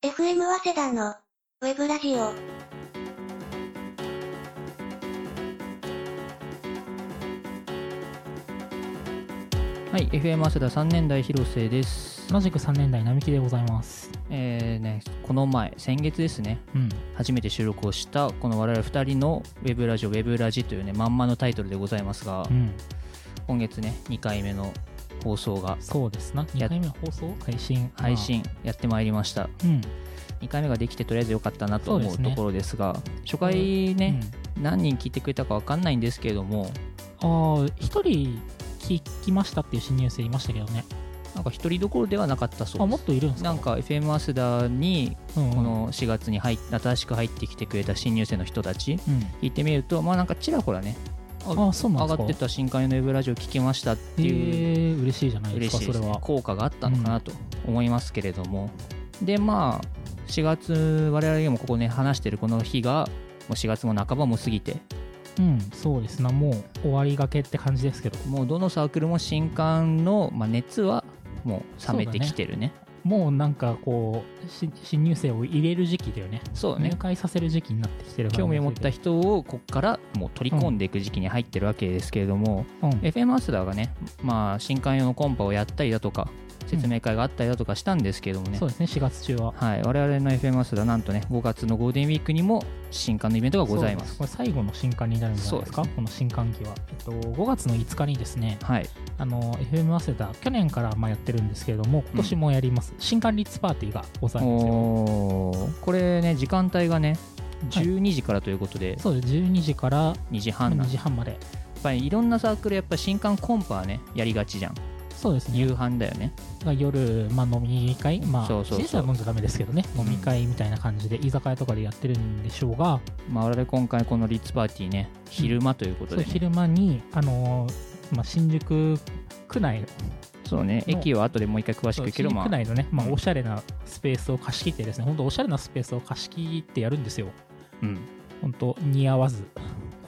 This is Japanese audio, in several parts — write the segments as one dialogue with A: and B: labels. A: FM 早稲田のウェブラジオ
B: はい、FM 早稲田3年代広瀬です。
C: 同じく3年代並木でございます。
B: えーね、この前、先月ですね、
C: うん。
B: 初めて収録をした、この我々2人のウェブラジオ、ウェブラジというね、まんまのタイトルでございますが、
C: うん。
B: 今月ね、2回目の放送が、
C: そうですな。
B: や
C: 2回目の放送配信。
B: 配信やってまいりました。
C: まあ。うん。
B: 2回目ができてとりあえず良かったなと思
C: そううです
B: と
C: ね
B: ころですが、初回ね、何人聞いてくれたか分かんないんですけれども、
C: うん。ああ、1人聞きましたっていう新入生いましたけどね。
B: なんか一人どころではなかったそ
C: あ、
B: うで
C: もっ
B: す。
C: といるんですか
B: なんか FM 早稲田に
C: うんうん。
B: この4月に入っ新しく入ってきてくれた新入生の人たち
C: うん。
B: 聞いてみるとまあなんかちらほらね
C: ああ、そうな
B: 上
C: んで
B: が
C: すか。
B: ってた新刊のウェブラジオ聞きましたって
C: え
B: いう
C: ー、嬉しいじゃないで
B: 嬉
C: す
B: し
C: か、
B: いです、
C: それ
B: ね
C: は、。
B: 効果があったのかなと思いますけれども、でまあ4月我々もここね話してるこの日がもう4月も半ばも過ぎて
C: うん、そうですな。もう終わりがけって感じですけど。
B: もうどのサークルも新刊の、まあ、熱はもう冷めてきてるね
C: もうなんかこう、し新入生を入れる時期だよね。
B: そうね
C: 入会させる時期になってきてる感じ
B: 興味を持っ
C: が
B: た
C: する
B: 人をここからもう取り込んでいく時期に入ってるわけですけれども、
C: けど。うん。
B: FM マスダーがね、まあ、新刊用のコンパをやったりだとか、説明会があったりだとかしたんですけれどもね、
C: そうですね、4月中は。
B: はい、我々の FM マスダー、なんとね、5月のゴールデンウィークにも新刊のイベントがございます。
C: そうですこれ最後の新刊になるんじゃないです
B: そう
C: か
B: です
C: この新刊期は、えっと、5月の5日にですね
B: はい、
C: あの FM 早稲田去年からまあやってるんですけれども今年もやります、新刊リッツパーティーがございますよ
B: おーこれね、時間帯がね、12時からということで、
C: そうです12時から
B: 2時半なん
C: 2
B: で
C: 時半まで
B: やっぱりいろんなサークル、やっぱ新刊コンパはね、やりがちじゃん、
C: そうですね
B: 夕飯だよね。
C: が夜、まあ、飲み会まあ
B: そうそうそう
C: 先生は飲んじゃダメですけどね飲み会みたいな感じで居酒屋とかでやってるんでしょうが、
B: まあ、我々今回、このリッツパーティーね、昼間ということ
C: そう
B: でね、
C: 昼間にあのーまあ、新宿区内の
B: そうね、
C: の
B: 駅は後でもう一回詳し
C: そ
B: く
C: う
B: 聞くけど、
C: 新
B: ま
C: 宿
B: あ、
C: 内のね、まあ、
B: うん
C: おしゃれなスペースを貸し切ってですね、本当おしゃれなスペースを貸し切ってやるんですよ。
B: うん
C: 本当似合わず。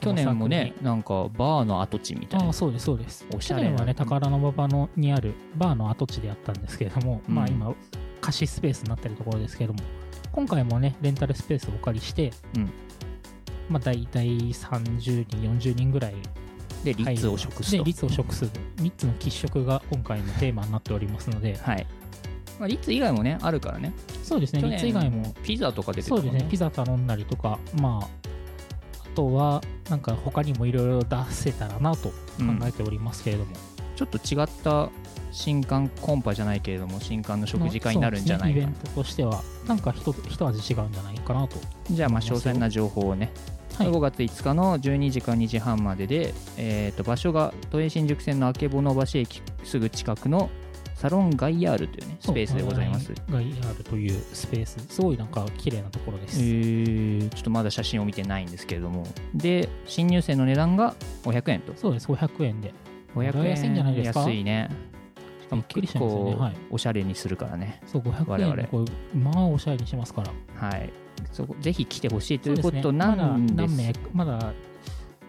B: 去年もね
C: こ、
B: なんか、バーの跡地みたい
C: の作品。あ
B: な
C: あ、。そうです、そうです。
B: おし
C: 去
B: ゃれな
C: 年はね、宝の馬場のにあるバーの跡地でやったんですけれども、
B: うん
C: まあ今、貸しスペースになってるところですけれども、今回もね、レンタルスペースをお借りして、
B: うん
C: まあ大体30人、40人ぐらい
B: で、
C: 入る
B: 率を食す
C: で、
B: と。
C: 率を食す。3つの喫食が今回のテーマになっておりますので、
B: はい。まあ、率以外もね、あるからね。
C: そうですね、
B: 去年
C: 率以外も
B: ピザとか出てた
C: そ
B: も
C: うんですね、ピザ頼んだりとか、まあ、あとは、なんか他にもいろいろ出せたらなと考
B: うん
C: えておりますけれども、
B: ちょっと違った新刊コンパじゃないけれども、新刊の食事会になるんじゃない
C: まあ
B: か
C: そうですねイベントとしては、なんかひと一味違うんじゃないかなと。
B: じゃあ、まあ、詳細な情報をね。
C: はい
B: 5月5日の12時から2時半までで、えーと場所が都営新宿線の曙橋駅すぐ近くのサロンガイヤールというね、スペースでございます。
C: そうガイアールというスペース、すごいなんか綺麗なところで
B: え
C: す。
B: ー、ちょっとまだ写真を見てないんですけれども。で、新入生の値段が500円と。
C: そうです、500円で。
B: 500円
C: 安いんじゃないですか
B: 安いね。しかも
C: びっくりし
B: 結
C: たんですよね
B: 構
C: はい
B: おしゃれにするからね。
C: そう、500
B: 我
C: 円
B: 々
C: でこう、まあ、おしゃれにしますから。
B: はい。そこぜひ来てほしいとい
C: そ
B: うう
C: です
B: こ
C: ね
B: となん
C: ま
B: で
C: だ
B: す。
C: 何名、まだ、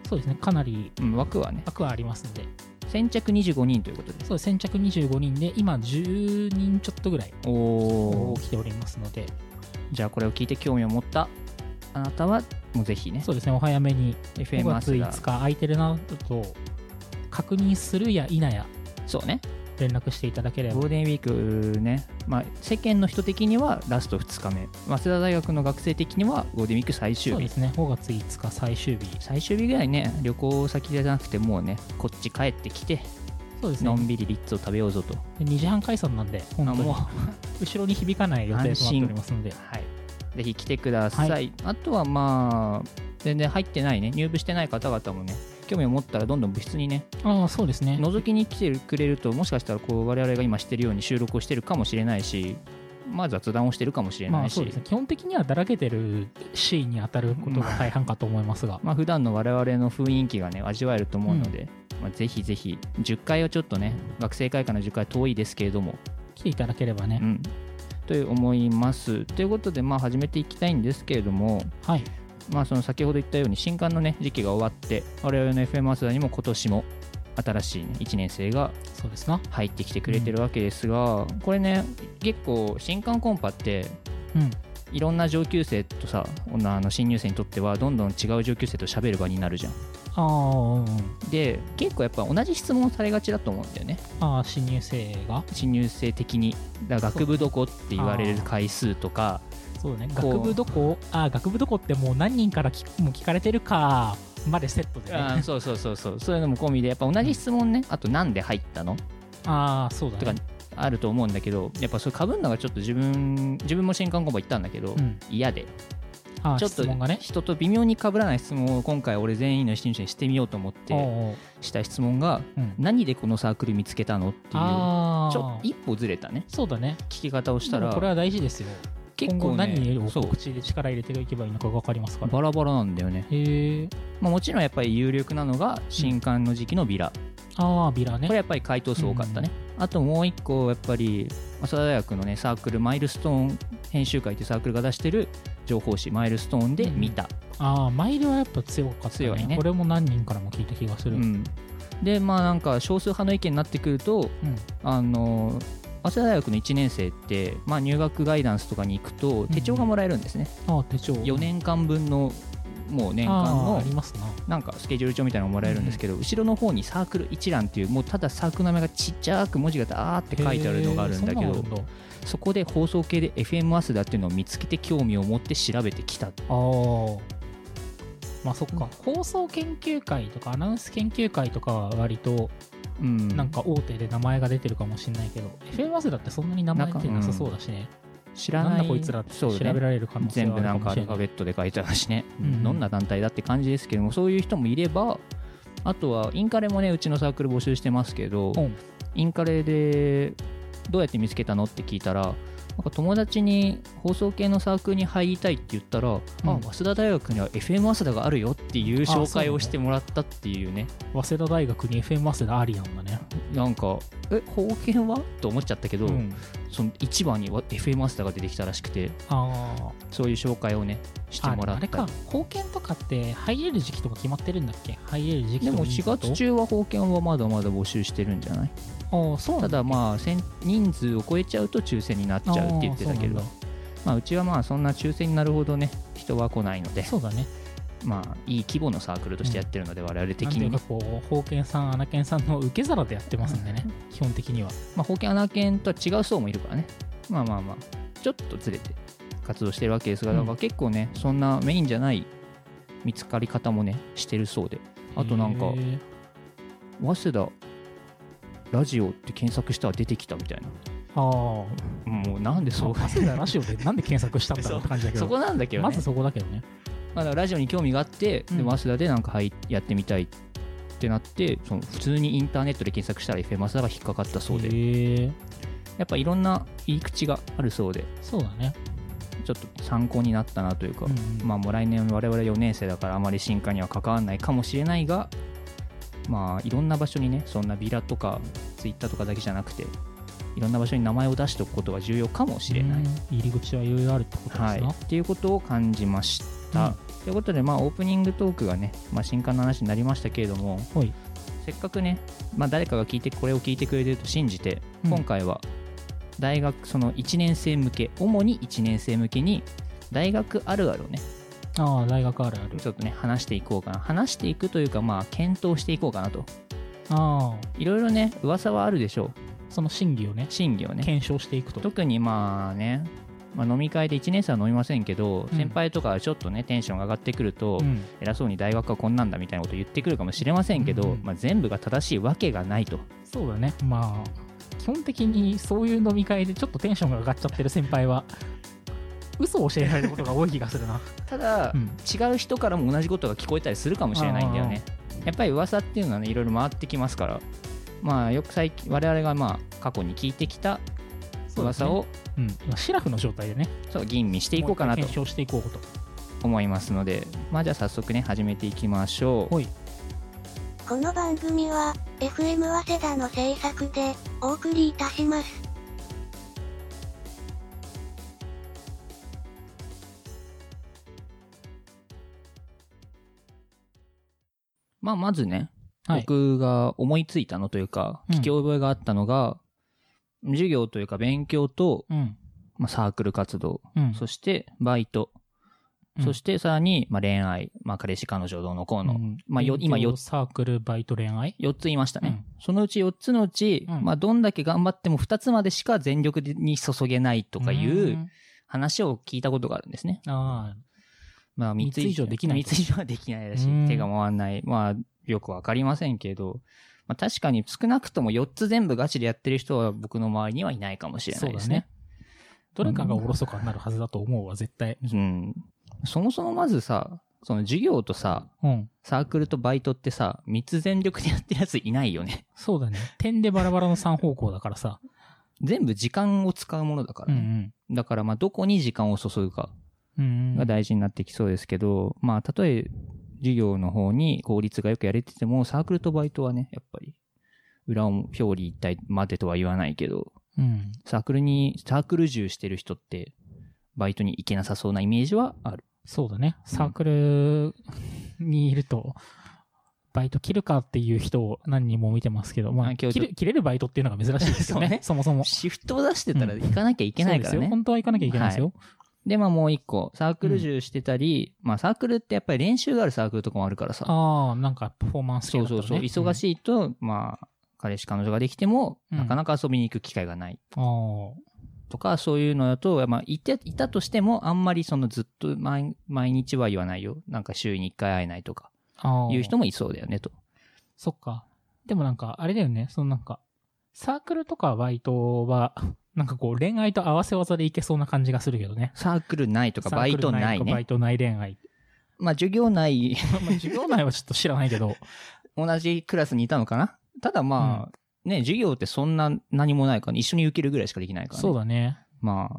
C: そうですね、かなり
B: うん、枠はね、
C: 枠はありますので、
B: 先着25人ということです。
C: そう先着25人で、今10人ちょっとぐらい
B: おお。
C: 来ておりますので、
B: じゃあこれを聞いて興味を持ったあなたは、もうぜひね、
C: そうですね、お早めに、5
B: FM ア
C: 月
B: スが
C: 5日空いてるなと、確認するや否や、
B: そうね、
C: 連絡していただけれ
B: ゴー
C: ば、
B: ルデンウィークね、まあ、世間の人的にはラスト2日目、早稲田大学の学生的にはゴールデンウィーク最終
C: そうで
B: 日。
C: すね、5月5日最終日、
B: 最終日ぐらいね、旅行先じゃなくて、もうね、こっち帰ってきて、
C: そうですね
B: の、んびりリッツを食べようぞと。
C: で2時半解散なんで、本当に
B: あもう
C: 後ろに響かない予定となっておりますので、
B: はい、ぜひ来てください、
C: は
B: あとはまあ全然入ってないね入部してない方々もね興味を持ったらどんどん部室にね
C: ああ、そうですね、
B: 覗きに来てくれるともしかしたらこう我々が今してるように収録をしてるかもしれないしまあ雑談をしてるかもしれ
C: ま
B: な
C: あ
B: いし、
C: そう
B: ま
C: です
B: あ
C: ね、基本的にはだらけてるシーンに当たることが大半かと思いますが、
B: 普段の我々の雰囲気がね味わえると思うので、まあ、ぜひぜひ10回はちょっとね学生会館の10回は遠いですけれども
C: 来ていただければね
B: う、んという思いますということでまあ始めていきたいんですけれども
C: はい、
B: まあ、その先ほど言ったように新刊の、ね、時期が終わって我々の FM アスダにも今年も新しい、ね、1年生が
C: そうですな、
B: 入ってきてくれてるわけですが、これね結構新刊コンパって
C: うん
B: いろんな上級生とさあの新入生にとってはどんどん違う上級生と喋る場になるじゃん
C: あー、うん、
B: で結構やっぱ同じ質問されがちだと思うんだよね
C: あー新入生が
B: 新入生的にだから学部どこって言われる回数とか
C: そうね
B: こう
C: 学部どこあー学部どこってもう何人から聞もう聞かれてるかまでセットでね
B: あーそうそうそうそうそういうのも込みでやっぱ同じ質問ねあとなんで入ったの
C: ああそうだ
B: とか
C: ね
B: あると思うんだけどやっぱそれかぶるのがちょっと自分自分も新刊公募行ったんだけど、
C: うん
B: 嫌で
C: あー
B: ちょっと
C: 質問がね
B: 人と微妙にかぶらない質問を今回俺全員の新入生にしてみようと思っ
C: おう
B: て
C: おう
B: した質問が
C: うん
B: 何でこのサークル見つけたのっていうち
C: ああ
B: ょ一歩ずれたね
C: そうだね
B: 聞き方をした
C: で
B: ら
C: もこれは大事ですよ
B: 結
C: 今
B: 構、ね、
C: 後何を
B: そう
C: 口で力入れていけばいいのかが分かりますから
B: バラバラなんだよね、
C: へえ
B: まあ、もちろんやっぱり有力なのが新刊の時期のビラ、
C: ああビラね
B: これやっぱり回答数多かったね、あともう一個やっぱり早稲田大学のねサークルマイルストーン編集会っていうサークルが出してる情報誌マイルストーンで見た、
C: ああマイルはやっぱ強かったね
B: 強いね
C: これも何人からも聞いた気がす
B: うん
C: るうん
B: でまあなんか少数派の意見になってくるとあの早稲田大学の1年生って、まあ、入学ガイダンスとかに行くと手帳がもらえるんですね、
C: ああ手帳
B: 4年間分のもう年間
C: ああ
B: の
C: ありますな
B: なんかスケジュール帳みたいなのもらえるんですけど、後ろの方にサークル一覧っていうもうただサークルの名前がちっちゃく文字がダーって書いてあるのがあるんだけ
C: へえ
B: ど
C: そなのあるんだ
B: そこで放送系で FM 早稲田っていうのを見つけて興味を持って調べてきた
C: あーまあそっか、放送研究会とかアナウンス研究会とかは割と
B: うん
C: なんか大手で名前が出てるかもしれないけど、FM 早稲田ってそんなに名前出てなさそうだしね、
B: 知らない
C: なんだこいつらって
B: そ
C: 調
B: う
C: べ
B: だね
C: られる可能性
B: 全
C: はあ
B: 部なん
C: るか
B: かア
C: もし
B: ル
C: れ
B: フ
C: な
B: ァ
C: い
B: ベットで書いてあるしね、
C: うん
B: どんな団体だって感じですけどもそういう人もいればあとはインカレもねうちのサークル募集してますけど、
C: うん
B: インカレでどうやって見つけたのって聞いたらなんか友達に放送系のサークルに入りたいって言ったら、あ早稲田大学には FM 早稲田があるよっていう紹介をしてもらったっていうね
C: 早稲田大学に FM 早稲田ありなんだね、
B: なんかえ貢献はと思っちゃったけど、
C: うん
B: その一番には FM 早稲田が出てきたらしくて
C: あー
B: そういう紹介をねして
C: あ
B: もらっ
C: あれ
B: た
C: か貢献とかって入れる時期とか決まってるんだっけ入れる時期
B: で
C: とか
B: も4月中は保険はまだまだ募集してるんじゃない
C: ああそうな
B: た
C: んだ
B: だまあ先人数を超えちゃうと抽選になっちゃうって言ってたけど
C: あーそうなんだ
B: まあ、うちはまあそんな抽選になるほどね人は来ないので
C: そうだね
B: まあいい規模のサークルとしてやってるので我々的
C: なんてい
B: に
C: うかこう宝剣さん穴剣さんの受け皿でやってますんでね、基本的には
B: まあ、保険穴犬とは違う層もいるからねまあまあまあちょっとずれて活動してるわけですが、
C: うん
B: だから結構ねそんなメインじゃない見つかり方もねしてるそうであとなんか
C: へー
B: 早稲田ラジオって検索したら出てきたみたいな
C: あ
B: もうなんで
C: あそ
B: そうう
C: 早稲田ラジオでなんで検索したんだろうって感じだけど
B: そこなんだけどね
C: ま ずそこだけどね
B: まあ、だからラジオに興味があって、
C: うん
B: でも早稲田でなんか入っやってみたいってなってその普通にインターネットで検索したら FM 早稲田が引っかかったそうで、
C: へー
B: やっぱいろんな入り口があるそうで
C: そうだね、
B: ちょっと参考になったなというか、
C: うん
B: まあもう来年我々4年生だからあまり進化には関わらないかもしれないがまあいろんな場所にねそんなビラとかツイッターとかだけじゃなくていろんな場所に名前を出しておくことが重要かもしれない。
C: うん入り口はいろいろあるってことですな、
B: はい、っていうことを感じました。
C: うん
B: ということで、まあ、オープニングトークがね、まあ、新刊の話になりましたけれども、
C: ほい
B: せっかくね、まあ、誰かが聞いてこれを聞いてくれてると信じて、
C: うん
B: 今回は大学その1年生向け主に1年生向けに大学あるあるをね
C: ああ大学あるある
B: ちょっとね話していこうかな話していくというかまあ検討していこうかなと
C: ああ
B: いろいろね噂はあるでしょう
C: その真偽をね
B: 真偽をね
C: 検証していくと
B: 特にまあね、まあ、飲み会で1年生は飲みませんけど、
C: うん
B: 先輩とかちょっとねテンションが上がってくると、
C: うん
B: 偉そうに大学はこんなんだみたいなこと言ってくるかもしれませんけど、
C: うん
B: まあ、全部が正しいわけがないと
C: そうだねまあ基本的にそういう飲み会でちょっとテンションが上がっちゃってる先輩は嘘を教えられることが多い気がする な
B: ただ、
C: うん
B: 違う人からも同じことが聞こえたりするかもしれないんだよねやっぱり噂っていうのはねいろいろ回ってきますからまあよく最近我々がまあ過去に聞いてきた噂を
C: うん今シラフの状態でね
B: そう吟味していこうかなと
C: も一回検証していこうと
B: 思いますのでまあじゃあ早速ね始めていきましょう
C: ほい
A: この番組は、FM 早稲田の制作で、お送りいたします。
B: まあまずね、
C: はい
B: 僕が思いついたのというか
C: うん
B: 聞き覚えがあったのが、授業というか勉強と
C: うん
B: まあ、サークル活動、
C: うん
B: そしてバイト、
C: うん
B: そしてさらに、まあ、恋愛、まあ、彼氏彼女どうのこうの、
C: うん
B: まあよ今
C: 勉
B: よ
C: 強サークル、バイト、恋愛
B: 4ついましたね、
C: うん
B: そのうち4つのうち、
C: うん
B: まあ、どんだけ頑張っても2つまでしか全力に注げないとかいうん話を聞いたことがあるんですね。
C: あ
B: まあ、3
C: 三つ以上できない
B: 3つ以上はできないらし
C: うん
B: い。手が回んない。まあ、よくわかりませんけど、まあ、確かに少なくとも4つ全部ガチでやってる人は僕の周りにはいないかもしれ
C: あ、
B: な
C: そ
B: いうで
C: だ
B: すね
C: ね。。どれかがおろそかになるはずだと思うわ、絶対。
B: うん。そもそもまずさ、その授業とさ、
C: うん。
B: サークルとバイトってさ、3つ全力でやってるやついないよね。
C: そうだね。点でバラバラの3方向だからさ。
B: 全部時間を使うものだか
C: う
B: らね、
C: ん
B: だからまあどこに時間を注ぐか
C: うん。うんうん
B: が大事になってきそうですけど、まあたとえ授業の方に効率がよくやれてても、サークルとバイトはね、やっぱり、裏を表裏一体までとは言わないけど、
C: うん。
B: サークルに、サークル中してる人って、バイトに行けなさそうなイメージはある。
C: そうだね。サークルにいると、バイト切るかっていう人を何人も見てますけど、まあ、
B: あ今日
C: 切る切れるバイトっていうのが珍しいですよね、
B: そ
C: そう
B: ね
C: もそも。
B: シフトを出してたら行かなきゃいけないから
C: そうですよ
B: ね。
C: 本当は行かなきゃいけないですよ。
B: で、まあもう一個、サークル中してたり、まあサークルってやっぱり練習があるサークルとかもあるからさ、
C: ああ、なんかパフォーマンス系
B: そ
C: だ
B: う
C: った
B: そ
C: ら
B: う
C: ね、
B: そう、忙
C: い。
B: しいと、まあ、彼氏彼女ができても、
C: うん
B: なかなか遊びに行く機会がない
C: あ
B: とか、そういうのだと、まあ、いて、いたとしても、あんまりそのずっと毎毎日は言わないよ。なんか週に1回会えないとか、
C: あああ。
B: いう人もいそうだよね、と。
C: そっか。でもなんか、あれだよね、そのなんか、サークルとかバイトは、なんかこう、恋愛と合わせ技でいけそうな感じがするけどね。
B: サークルないとか、
C: サ
B: バ
C: ー
B: イ
C: ク
B: ト
C: ル
B: ない
C: とかバイ
B: ね。
C: トない恋愛。
B: まあ、授業ない、
C: まあまあ授業内はちょっと知らないけど。
B: 同じクラスにいたのかなただまあ、ね、授業ってそんな何もないから、一緒に受けるぐらいしかできないからね。
C: そうだね。
B: まあ、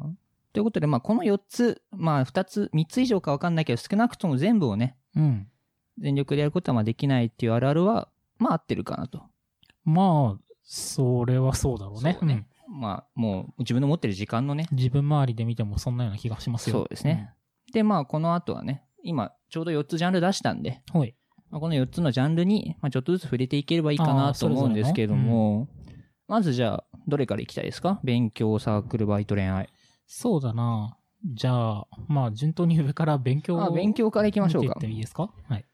B: ということで、まあ、この4つ、まあ、2つ、3つ以上か分かんないけど、少なくとも全部をね、
C: うん。
B: 全力でやることはまあできないっていうあるあるは、まあ、合ってるかなと。
C: まあ、それはそうだろうね。
B: そうねまあ、もう、自分の持ってる時間のね。
C: うん自分周りで見てもそんなような気がしますよ。
B: そうですね。で、まあ、この後はね、今、ちょうど4つジャンル出したんで、
C: うん。はい。
B: まあこの4つのジャンルに、まあ、ちょっとずつ触れていければいいか
C: あー
B: なと思うんですけども、まずじゃあ、どれからいきたいですか勉強、サークル、バイト、恋愛。
C: そうだな。じゃあ、まあ、順当に上から勉強
B: あ
C: を
B: 勉強からいきましょう
C: 見
B: か
C: てい。っていいですかはい。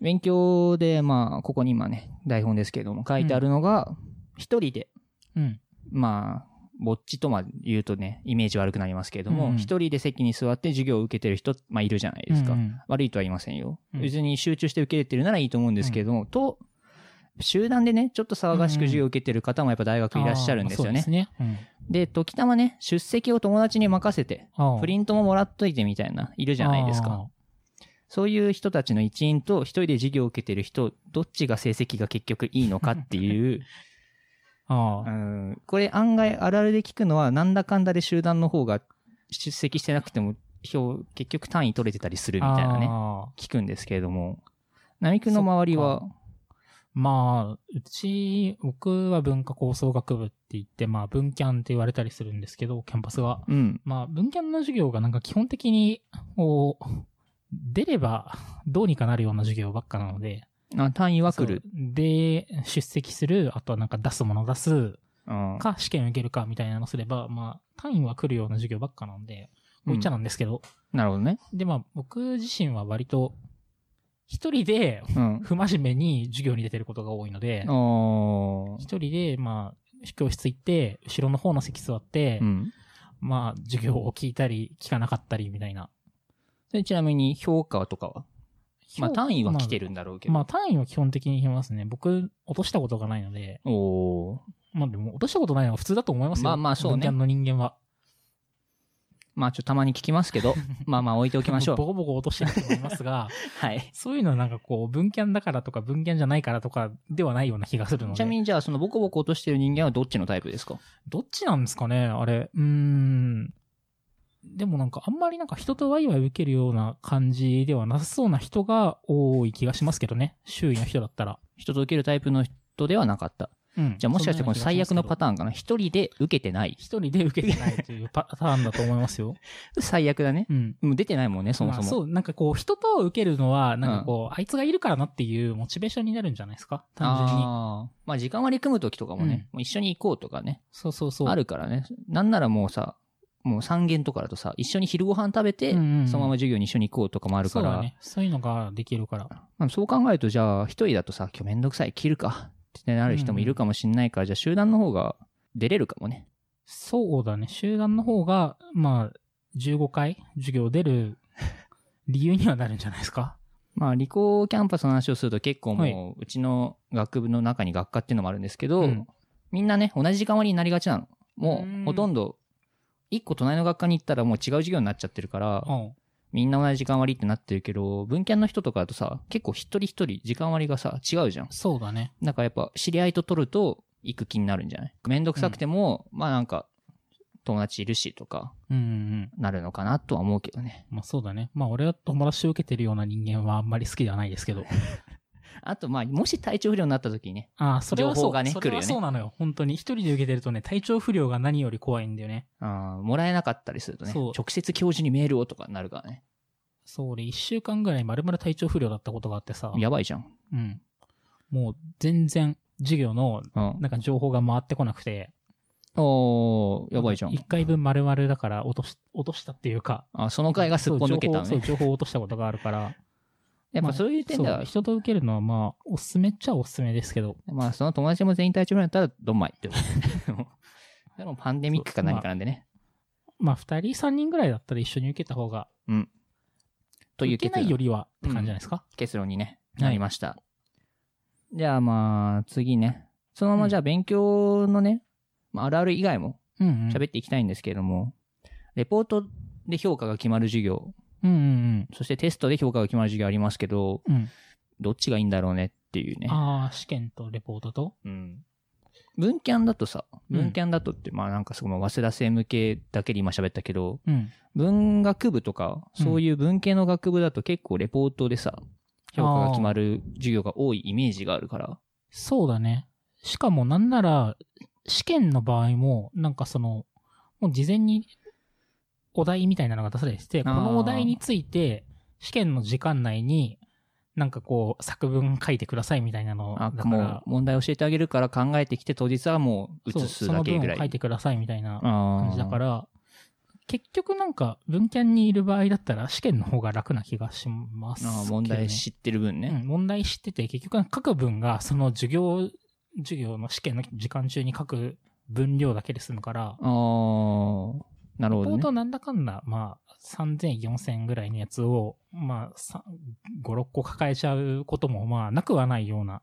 B: 勉強で、まあ、ここに今ね、台本ですけども、書いてあるのが、一人で、
C: うん。
B: まあ、ぼっちとまあ言うとね、イメージ悪くなりますけれど
C: うんう
B: も、
C: ん
B: 一、人で席に座って授業を受けてる人、まあいるじゃないですか。
C: うんうん
B: 悪いとは言いませんよ。
C: うん
B: 別に集中して受け入れてるならいいと思うんですけども、と、集団でね、ちょっと騒がしく授業を受けてる方もやっぱ大学いらっしゃるんですよ
C: あー
B: ね。
C: そうですね。うん
B: で、時たまね、出席を友達に任せて、
C: あー
B: プリントももらっといてみたいな、いるじゃないですか。。そういう人たちの一員と、一人で授業を受けてる人、どっちが成績が結局いいのかって いう、
C: あーあ
B: う
C: ー。
B: んこれ案外あるあるで聞くのはなんだかんだで集団の方が出席してなくても票結局単位取れてたりするみたいなね
C: あー
B: 聞くんですけれども並木の周りは
C: まあ、うち、僕は文化構想学部って言って、まあ、文キャンって言われたりするんですけど、キャンパスが。
B: うん
C: まあ、文キャンの授業がなんか基本的に、こう、出ればどうにかなるような授業ばっかなので。
B: あ単位は来る
C: そうで、出席する、あとはなんか出すもの出す
B: うん
C: か、試験受けるかみたいなのすれば、まあ、単位は来るような授業ばっかなんで、
B: うん
C: こういっちゃなんですけど。
B: なるほどね
C: で、まあ、僕自身は割と、一人で
B: うん
C: 不真面目に授業に出てることが多いので、
B: おー
C: 一人で、まあ、教室行って、後ろの方の席座って、
B: うん
C: まあ、授業を聞いたり、聞かなかったりみたいな。
B: それちなみに評価とかはまあ単位は来て
C: る
B: るんだろうけど、
C: まあ単位は基本的にいきますね。僕、落としたことがないので、
B: おー
C: まあでも落としたことないのが普通だと思いますよ。
B: まあまあそうね
C: 文キャンの人間は。
B: まあちょっとたまに聞きます けどまあまあ置いておきましょう
C: ボコボコ落としてると思います が、
B: はい
C: そういうのはなんかこう、文キャンだからとか文キャンじゃないからとかではないような気がするので。
B: ちなみにじゃあそのボコボコ落としてる人間はどっちのタイプですか
C: どっちなんですかねあれ。うーん。でもなんかあんまりなんか人とワイワイ受けるような感じではなさそうな人が多い気がしますけどね。周囲の人だったら。
B: 人と受けるタイプの人ではなかった
C: うん。
B: じゃあもしかしてこの最悪のパ
C: ーン。
B: ターンかな一人で受けてない。
C: 一人で受けてないというパターンだと思いま すよ。
B: 最悪だね。
C: うん。
B: もう出てないもんね、そもそ
C: まあ
B: も。
C: そう、なんかこう、人と受けるのは、なんかこう、あいつがいるからなっていうモチベーションになるんじゃないですか単純に。
B: あーまあ時間割り組む時とかもね、もう一緒に行こうとかね、
C: そうそうそう。
B: あるからね。なんならもうさ、もう3軒とかだとさ、一緒に昼ご飯食べて、
C: うんうんうん
B: そのまま授業に一緒に行こうとかもあるか
C: そう
B: ら、ま
C: だ
B: あそう,、
C: ね。そういうのができるから。
B: 考えると、じゃあ、一人だとさ、今日めんどくさい、切るかってなる人もいるかもしんないから、じゃあ集団の方が出れるかもね。
C: そうだね。集団の方が、まあ、15回授業 出る理由にはなるんじゃないですか。
B: まあ、理工キャンパスの話をすると結構もう、
C: はいう
B: ちの学部の中に学科っていうのもあるんですけど、
C: うん
B: みんなね、同じ時間割になりがちなの。も
C: うん
B: う、ほとんど、一個隣の学科に行ったらもう違う授業になっちゃってるから、
C: うん。
B: みんな同じ時間割ってなってるけど、文献の人とかだとさ、結構一人一人時間割がさ、違うじゃん。
C: そうだね。
B: なんかやっぱ知り合いと取ると行く気になるんじゃないめんどくさくても、まあなんか、友達いるしとか、
C: うんうんうん。
B: なるのかなとは思うけどね。
C: まあそうだね。まあ俺は友達を受けてるような人間はあんまり好きではないです けど。
B: あとまあ、もし体調不良になった時にね、
C: ああ、それはそう。
B: 情報がね
C: それ
B: 来
C: は
B: るよね
C: そうなのよ。本当に。一人で受けてるとね、体調不良が何より怖いんだよね。
B: あーもらえなかったりするとね、
C: そう
B: 直接教授にメールをとかなるからね。
C: そう、俺一週間ぐらいまるまる体調不良だったことがあってさ。
B: やばいじゃん。
C: うん。もう全然授業の
B: うん。
C: なんか情報が回ってこなくて。
B: おー、やばいじゃん
C: 一。回分丸々だから落とし、落としたっていうか。
B: あ、その回がすっぽ抜けたの
C: そう
B: ね。
C: 情報そう情報を落としたことがあるから。
B: やっぱそういう点で
C: そ
B: は
C: う、人と受けるのはまあ、おすすめっちゃおすすめですけど。
B: まあ、その友達も全員体調不良になったら、どんまいってこと で。でも、パンデミックか何かなんでね。
C: まあ、二人、三人ぐらいだったら一緒に受けた方が、
B: という
C: 受け
B: 結
C: ないよ
B: 論
C: りはって感じじゃないですか。
B: 結論にね、
C: い
B: なりました。じゃあ、まあ、次ね。そのまま、じゃあ、勉強のね、まあ、あるある以外も
C: うん、うん。
B: 喋っていきたいんですけれども、レポートで評価が決まる授業、
C: うんうん
B: そしてテストで評価が決まる授業ありますけど、
C: うん。うん。
B: どっちがいいんだろうねっていうね。
C: ああ、試験とレポートと。
B: うん。文キャンだとさ、
C: うん
B: 文キャンだとって、まあなんかすごい、まあ早稲田生向けだけで今喋ったけど、
C: うん。
B: 文学部とか、
C: うん
B: そういう文系の学部だと結構レポートでさ、評価が決まる授業が多いイメージがあるから。
C: そうだね。しかもなんなら、試験の場合も、なんかその、もう事前にお題みたいなのが出されてて、
B: あ
C: こ
B: ー
C: のお題について、試験の時間内に、なんかこう、作文書いてくださいみたいなの
B: あ
C: だか
B: もう
C: ら、
B: 問題教えてあげるから考えてきて当日はもう
C: そう
B: 写すだけ
C: その
B: ぐ
C: 文
B: ら
C: を書い
B: い。
C: てくださいみたいな
B: 感
C: 感じだから、結局なんか、文キャンにいる場合だったら、試験の方が楽な気がしますけどね、
B: 問題知ってる分ね。
C: うん、問題知ってて、結局各文がその授業、授業の試験の時間中に書く分量だけで済むから、
B: あー、なる
C: レ
B: ほど
C: ポー
B: ね
C: ト。なんだかんだ、まあ、3000、4000ぐらいのやつを、まあ、さ5、6個抱えちゃうことも、まあ、なくはないような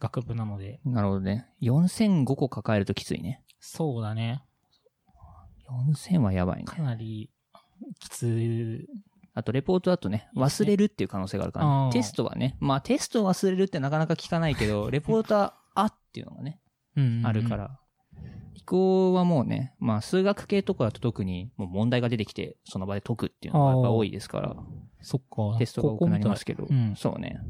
C: 学部なので、
B: なるほどね。4005個抱えるときついね。
C: そうだね。
B: 4000はやばいね。
C: かなり、きつ、
B: あと、レポートだとね、忘れるっていう可能性があるから
C: あ
B: ね
C: ー。
B: テストはね、まあテスト忘れるってなかなか聞かないけ ど、レポートは、あっていうのがね、
C: うん
B: あるか。ら。理工はもうね、まあ数学系とかだと特にもう問題が出てきて、その場で解くっていうのがやっぱ多いですから、
C: そっか。
B: テストが多くなりますけど
C: 高校みたいうん、
B: そうね。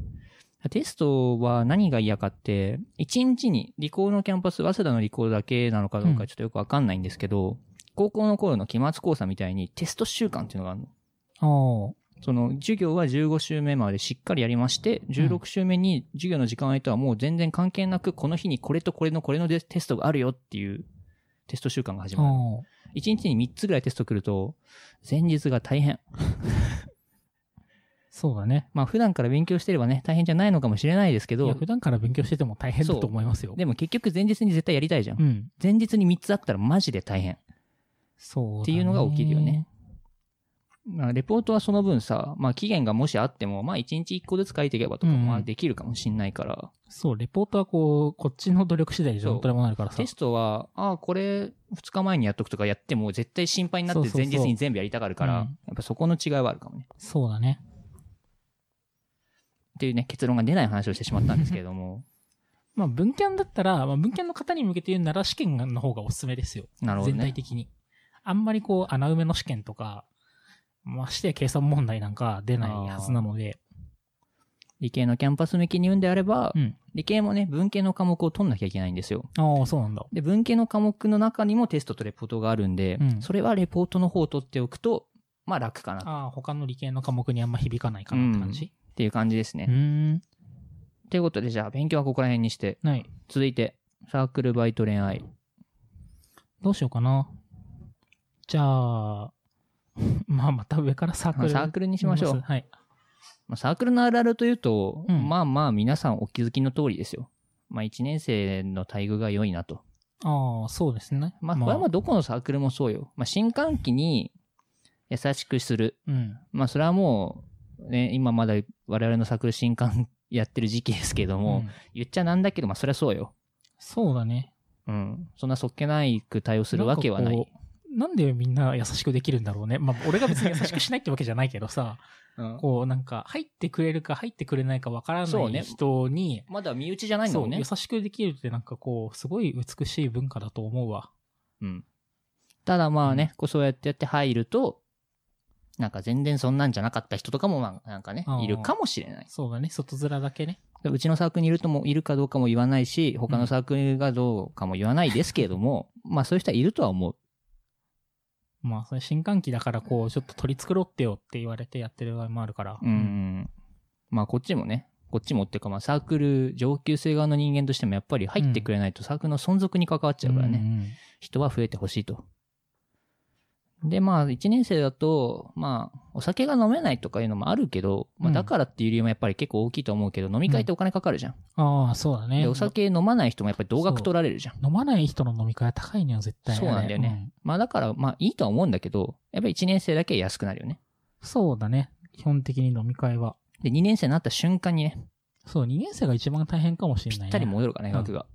B: テストは何が嫌かって、1日に理工のキャンパス、早稲田の理工だけなのかどうかちょっとよくわかんないんですけど、高校の頃の期末講座みたいにテスト週間っていうのがあるの。
C: ああ。
B: その授業は15週目までしっかりやりまして、16週目に授業の時間割とはもう全然関係なく、この日にこれとこれのこれのでテストがあるよっていうテスト週間が始まる。
C: ああ。
B: 1日に3つぐらいテスト来ると、前日が大変。
C: そうだね。
B: まあ普段から勉強してればね、大変じゃないのかもしれないですけ
C: いや、
B: ど
C: 普、段から勉強してても大変だと思いますよ。
B: でも結局前日に絶対やりたいじゃん。
C: うん。
B: 前日に3つあったらマジで大変。
C: そうだね。
B: っていうのが起きるよね。まあレポートはその分さ、まあ期限がもしあっても、まあ1日1個ずつ書いていけばとかもま
C: うん
B: あ
C: うん
B: できるかもしんないから、
C: そう、レポートはこう、こっちの努力次第じゃ
B: そう
C: どうとでもなるからさ
B: テ。ストは、ああ、これ2日前にやっとくとかやっても絶対心配になっ
C: そう
B: て
C: そう
B: 前
C: そう
B: 日に全部やりたがるから、
C: うん
B: やっぱそこの違いはあるかもね。
C: そうだね。
B: っていうね、結論が出ない話をしてしまったんですけれども。
C: まあ、文献だったら、まあ、文献の方に向けて言うなら試験の方がおすすめですよ。
B: なるほど
C: 全体
B: ね。
C: 的に。あんまりこう、穴埋めの試験とか、ましてや計算問題なんか出ないはずなので。
B: 理系のキャンパス向きに言うんであれば、
C: うん。
B: 理系もね、文系の科目を取んなきゃいけないんですよ。
C: ああ、そうなんだ。
B: で、文系の科目の中にもテストとレポートがあるんで、
C: うん
B: それはレポートの方を取っておくと、まあ楽かなっ
C: ああ、他の理系の科目にあんま響かないかなって感じ。
B: ていう感じですね。
C: うーん。
B: ということで、じゃあ勉強はここら辺にして、
C: ない。
B: 続いて、サークルバイト恋愛。
C: どうしようかな。じゃあ、 まあ、また上からサーク
B: まあ
C: ル。
B: サークルにしましょう。
C: はい。
B: まあサークルのあるあるというと、
C: うん
B: まあまあ皆さんお気づきの通りですよ。まあ1年生の待遇が良いなと。
C: ああ、そうですね。
B: まあこれはまあどこのサークルもそうよ。まあ新歓期に優しくする。
C: うん。
B: まあそれはもう、ね、今まだ我々のサークル新歓やってる時期ですけども、
C: うん
B: 言っちゃなんだけど、まあそれはそうよ。
C: そうだね。
B: うん。そんなそっけないく対応するわけはなん
C: か
B: い
C: こ。う。なんでみんな優しくできるんだろうね。まあ、俺が別に優しくしないってわけじゃないけどさ、
B: うん
C: こう、なんか、入ってくれるか入ってくれないかわから
B: そう
C: な
B: ね
C: い人に、
B: まだ身内じゃないんだもんね
C: そう。優しくできるってなんかこう、すごい美しい文化だと思うわ。
B: うん。ただまあね、こうそうやってやって入ると、なんか全然そんなんじゃなかった人とかもまあなんかね
C: あ、ー
B: いるかもしれない。
C: そうだね、外面だけね。
B: うちのサークルにいるとも、いるかどうかも言わないし、他
C: う
B: の
C: ん
B: サークルがどうかも言わないですけれども、 まあそういう人はいるとは思う。
C: まあ、それ新歓期だからこう、ちょっと取り繕ってよって言われてやってる場合もあるから。
B: う。ん。まあこっちもね、こっちもっていうかまあサークル上級生側の人間としてもやっぱり入ってくれないとサークルの存続に関わっちゃうからね。
C: ね。
B: 人は増えてほしいと。で、まあ、1年生だと、まあ、お酒が飲めないとかいうのもあるけど、ま
C: う
B: あ、
C: ん
B: だからっていう理由もやっぱり結構大きいと思うけど、飲み会ってお金かかるじゃん。
C: ああ、そうだね。
B: で、お酒飲まない人もやっぱり同額取られるじゃん。
C: 飲まない人の飲み会は高いのよ、絶対。
B: そうなんだよねまあ、だから、まあ、いいとは思うんだけど、やっぱり1年生だけ安くなるよね。
C: うん。そうだね。基本的に飲み会は。
B: で、2年生になった瞬間にね、
C: そう、2年生が一番大変かもしれ
B: ぴ
C: ない、ね。
B: ったり戻るからね、額が。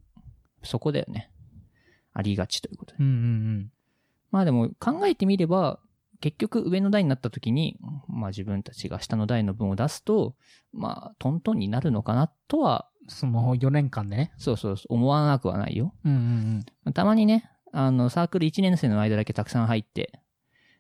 B: そこだよね。ありがちということで。
C: うんうん
B: まあでも考えてみれば、結局上の代になった時に、まあ自分たちが下の代の分を出すと、まあトントンになるのかなとは、
C: うん。その4年間でね。
B: そうそうそう思わなくはないよ。
C: うんうんうん。
B: たまにね、あのサークル1年生の間だけたくさん入って、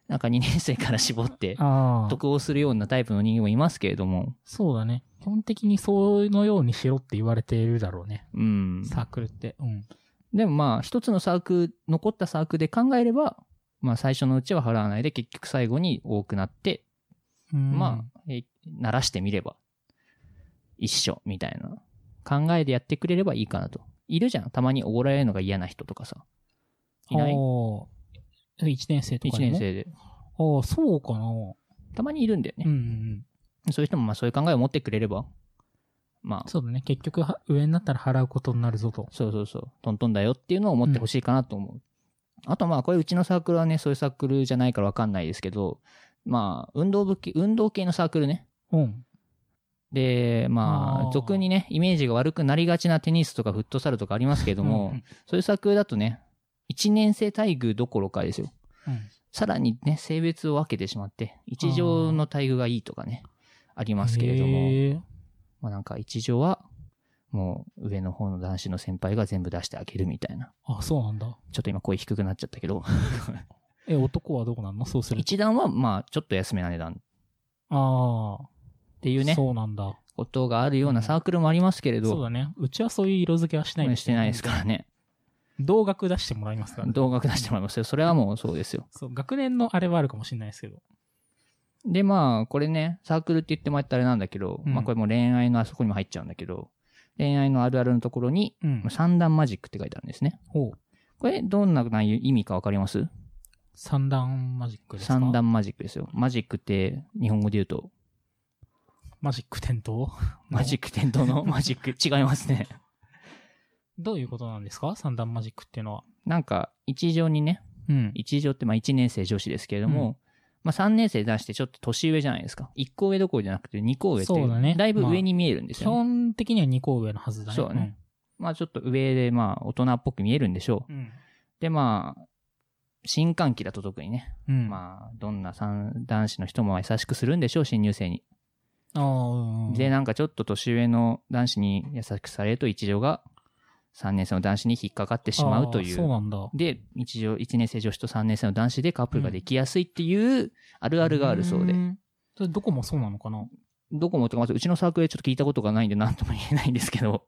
B: なんか2年生から絞って、
C: ああ。
B: 得をするようなタイプの人間もいますけれども、
C: そうだね。基本的にそのようにしろって言われているだろうね。
B: うん。
C: サークルって。うん。
B: でもまあ一つのサークル、残ったサークルで考えれば、まあ最初のうちは払わないで結局最後に多くなってまあ、え鳴らしてみれば、一緒、みたいな。考えでやってくれればいいかなと。いるじゃん。たまにおごられるのが嫌な人とかさ。いない
C: おーえ一年生とか
B: 一
C: でも
B: 年生で。
C: ああ、そうかな。
B: たまにいるんだよ
C: うんう
B: ね。
C: ん
B: そういう人も、まあそういう考えを持ってくれれば、ま
C: うん。
B: あ、
C: そうだね。結局は、上になったら払うことになるぞと。
B: そうそうそう、トントンだよっていうのを思ってほしいかなと思う。あとまあ、これうちのサークルはね、そういうサークルじゃないからわかんないですけど、まあ、運動部系、運動系のサークルね。
C: うん。
B: で、ま
C: あ
B: あ
C: ー、
B: 俗にね、イメージが悪くなりがちなテニスとかフットサルとかありますけれども、
C: うん
B: そういう作だとね、1年生待遇どころかですよ。
C: うん。
B: さらにね、性別を分けてしまって、一条の待遇がいいとかね、ありますけれども、
C: へー
B: まあなんか一条は、もう上の方の男子の先輩が全部出してあげるみたいな。
C: あ、そうなんだ。
B: ちょっと今声低くなっちゃったけど、
C: え、男はどうなんのそうすると。
B: 一段はまあちょっと安めな値段っ
C: ああ。
B: ていうね、
C: そうなんだ。
B: ことがあるようなサークルもありますけれ
C: そう
B: ど、
C: だね。うちはそういう色付けはしないん
B: してないですからね。
C: 同額出してもらいますからね。
B: 動画出してもらいますよ。それはもうそうですよ。
C: そう、学年のあれはあるかもしれないですけど。
B: で、まあ、これね、サークルって言ってもらったらあれなんだけど、
C: うん
B: まあ、これもう恋愛のあそこにも入っちゃうんだけど、恋愛のあるあるのところに、
C: うん。
B: 三段マジックって書いてあるんですね。
C: ほう。
B: これ、どんな内容意味かわかります
C: 三段マジックですか
B: 三段マジックですよ。マジックって、日本語で言うと、
C: マジック点灯
B: マジック点灯 のマジック、違いますね。
C: どういうことなんですか三段マジックっていうのは。
B: なんか、一条にね、
C: うん。
B: 一条ってまあ一年生女子ですけれど
C: う
B: も、まあ三年生出してちょっと年上じゃないですか。一個上どころじゃなくて二個上って
C: そうだね
B: いう、だいぶ上に見えるんです
C: 基
B: よね。
C: 本的には2個上のはずだね。
B: そうだねまあちょっと上でまあ大人っぽく見えるんでしょう
C: う。ん。
B: で、まあ、新歓期だと特にね、
C: うん。あ
B: まあ、どんな三男子の人も優しくするんでしょう、新入生に。
C: あー、うん。
B: で、なんかちょっと年上の男子に優しくされると、一条が3年生の男子に引っかかってしまうとい
C: あー
B: う。
C: そうなんだ。
B: で、一条、1年生女子と3年生の男子でカップルができやすいっていう、あるあるがあるそうで。
C: ん。それどこもそうなのかな
B: どこもとか、まずうちのサークルでちょっと聞いたことがないんで、なんとも言えないんですけど。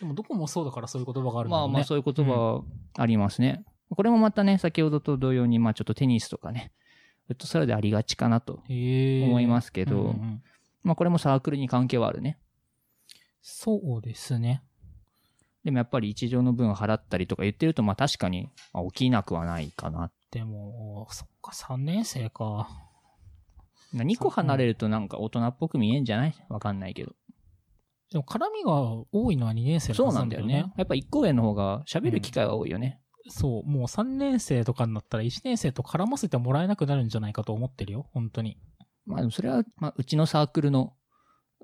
C: でもどこもそうだからそういう言葉があるんだ
B: ま
C: ろ
B: あ
C: うね。
B: まあそういう言葉ありますね。これもまたね、先ほどと同様に、まあちょっとテニスとかね、フットサルでありがちかなと
C: へえ。
B: 思いますすけど、
C: うんうん
B: まあこれもサークルに関係はあるね。
C: そうですね。
B: でもやっぱり一条の分を払ったりとか言ってると、まあ確かにまあ起きなくはないかなっ
C: でも、そっか、3年生か。
B: 2個離れるとなんか大人っぽく見えんじゃないわかんないけど。
C: でも、絡みが多いのは2年生の
B: そ
C: は
B: う
C: ず
B: なんだよね。。やっぱ1個上の方が喋る機会は多いよね。
C: そう、もう3年生とかになったら1年生と絡ませてもらえなくなるんじゃないかと思ってるよ、本当に。
B: まあでもそれは、まあうちのサークルの、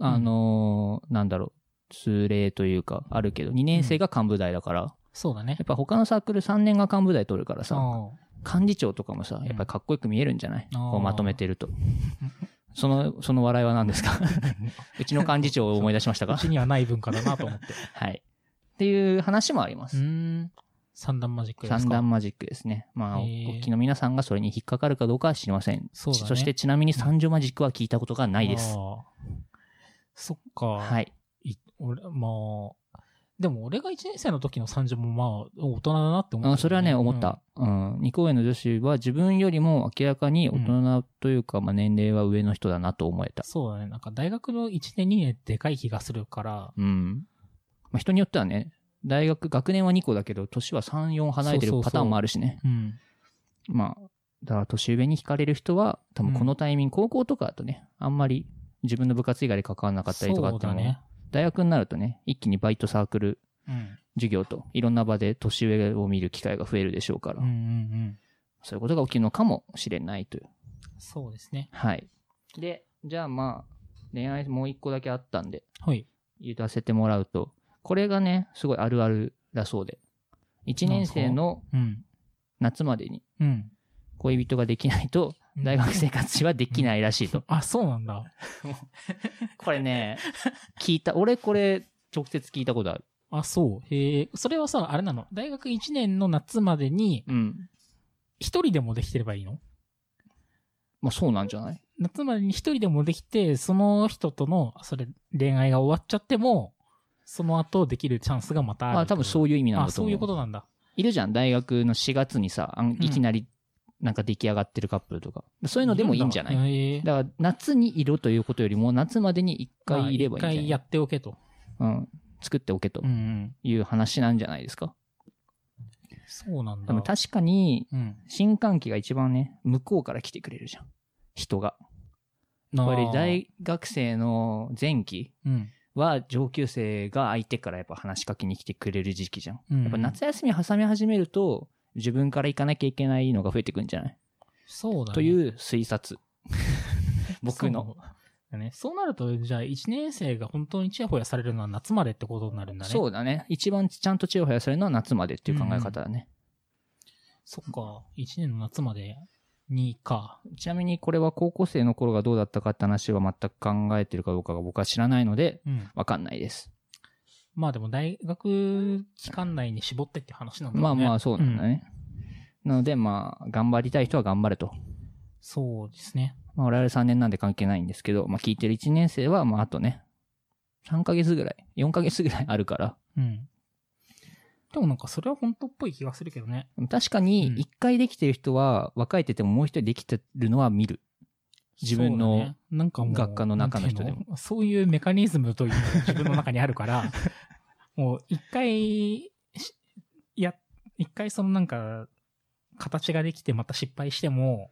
B: あのーなんだろう、通例というかあるけど、2年生が幹部代だから、
C: そうだね
B: やっ。ぱ他のサークル3年が幹部代取るから
C: あ
B: さ、幹事長とかもさ、やっぱりかっこよく見えるんじゃない、
C: あー
B: こうまとめてる と。その、その笑いは何ですかうちの幹事長を思い出しました
C: あう
B: か
C: ちにはない文化だなと思って。
B: はい。って いう話もありま
C: う
B: す。
C: ーん。三段マジックですか
B: 三段マジックですね。まあ、お
C: へー
B: 聞きの皆さんがそれに引っかかるかどうかは知りません。
C: そうだね
B: してちなみに三女マジックは聞いたことがないで
C: あ
B: す。
C: ー。そっか。。
B: はいい。
C: 俺、まあ、でも俺が1年生の時の三女もまあ、大人だなって思った、
B: あそれはね、思っ
C: うん
B: た。うん。二公演の女子は自分よりも明らかに大人というか、まあ年齢は上の人だなと思えた。
C: そうだね。なんか大学の1年2年ってでかい気がするから、
B: うん。まあ人によってはね、大学、学年は2個だけど、年は3、4離れて
C: そうそ
B: る
C: うそう
B: パターンもあるしね。
C: うん。
B: まあ、だから年上に惹かれる人は、多分このタイミング、高校とかだとね、あんまり自分の部活以外で関わらなかったりとか
C: そう
B: って
C: だ
B: も、
C: ね。
B: 大学になるとね、一気にバイトサークル
C: うん。
B: 授業といろんな場で年上を見る機会が増えるでしょうから、
C: うんうんうん。
B: そういうことが起きるのかもしれないという。
C: そうですね。
B: はい。で、じゃあまあ、恋愛もう一個だけあったんで、
C: はい。
B: 言わせてもらうと、これがね、すごいあるあるだそうで、1年生の
C: うん。
B: 夏までに
C: うん。
B: 恋人ができないと、大学生活はできないらしいと。
C: あ、そうなんだ。
B: これね、聞いた、俺これ直接聞いたことある。
C: あ、そう。へえ、それはさ、あれなの大学1年の夏までに、
B: うん。
C: 一人でもできてればいいの
B: まあそうなんじゃない
C: 夏までに一人でもできて、その人との、それ、恋愛が終わっちゃっても、その後できるチャンスがまたある。
B: まあ多分そうういう意味なん
C: あ、
B: だと
C: そ
B: 思
C: う
B: う。
C: いうことなんだ。
B: いるじゃん、大学の4月にさ、あん
C: ん
B: いきなりなんか出来上がってるカップルとか。そういうのでもいいんじゃない
C: へえ
B: だから夏にいるということよりも、夏までに一回いればいいん
C: まあ一
B: じゃな
C: 回
B: い、
C: やっておけと。
B: うん。作っておけと
C: うんうん。
B: いう話なんじゃないですか。
C: そうなん
B: で
C: だ。
B: も確かに、
C: うん。
B: 新歓期が一番ね、向こうから来てくれるじゃん。人が。
C: なあ
B: これ大学生の前期
C: うん。
B: は上級生が相手からやっぱ話しかけに来てくれる時期じゃん。
C: うん
B: やっぱ夏休み挟み始めると、自分から行かなきゃいけないのが増えてくんじゃない、
C: そうだね。
B: という推察。 僕の。
C: そうだね。そうなると、じゃあ1年生が本当にチヤホヤされるのは夏までってことになるんだね。。
B: そううだね。一番ちゃんとチをホヤされるのは夏までっていう考え方だね。
C: そっか。1年の夏までにか。
B: ちなみにこれは高校生の頃がどうだったかって話は全く考えてるかどうかが僕は知らないので、
C: うん。
B: わかんないです。
C: まあでも大学期間内に絞ってって話なんだ
B: まあ
C: ろうね。
B: まあそうなんだ
C: ん
B: ね。なのでまあ、頑張りたい人は頑張れと。
C: そうですね。
B: まあ、我々3年なんで関係ないんですけど、まあ、聞いてる1年生は、まあ、あとね、3ヶ月ぐらい、4ヶ月ぐらいあるから、
C: うん。でもなんかそれは本当っぽい気がするけどね。
B: 確か
C: う
B: に、
C: ん
B: 1回できてる人は、若いててももう1人できてるのは見る。自分
C: そ
B: の、
C: うだねなんかもう
B: 学科の中の人でも
C: なんていうのそういうメカニズムというのが自分の中にあ るから、もう一回し、いや、一回そのなんか、形ができてまた失敗しても、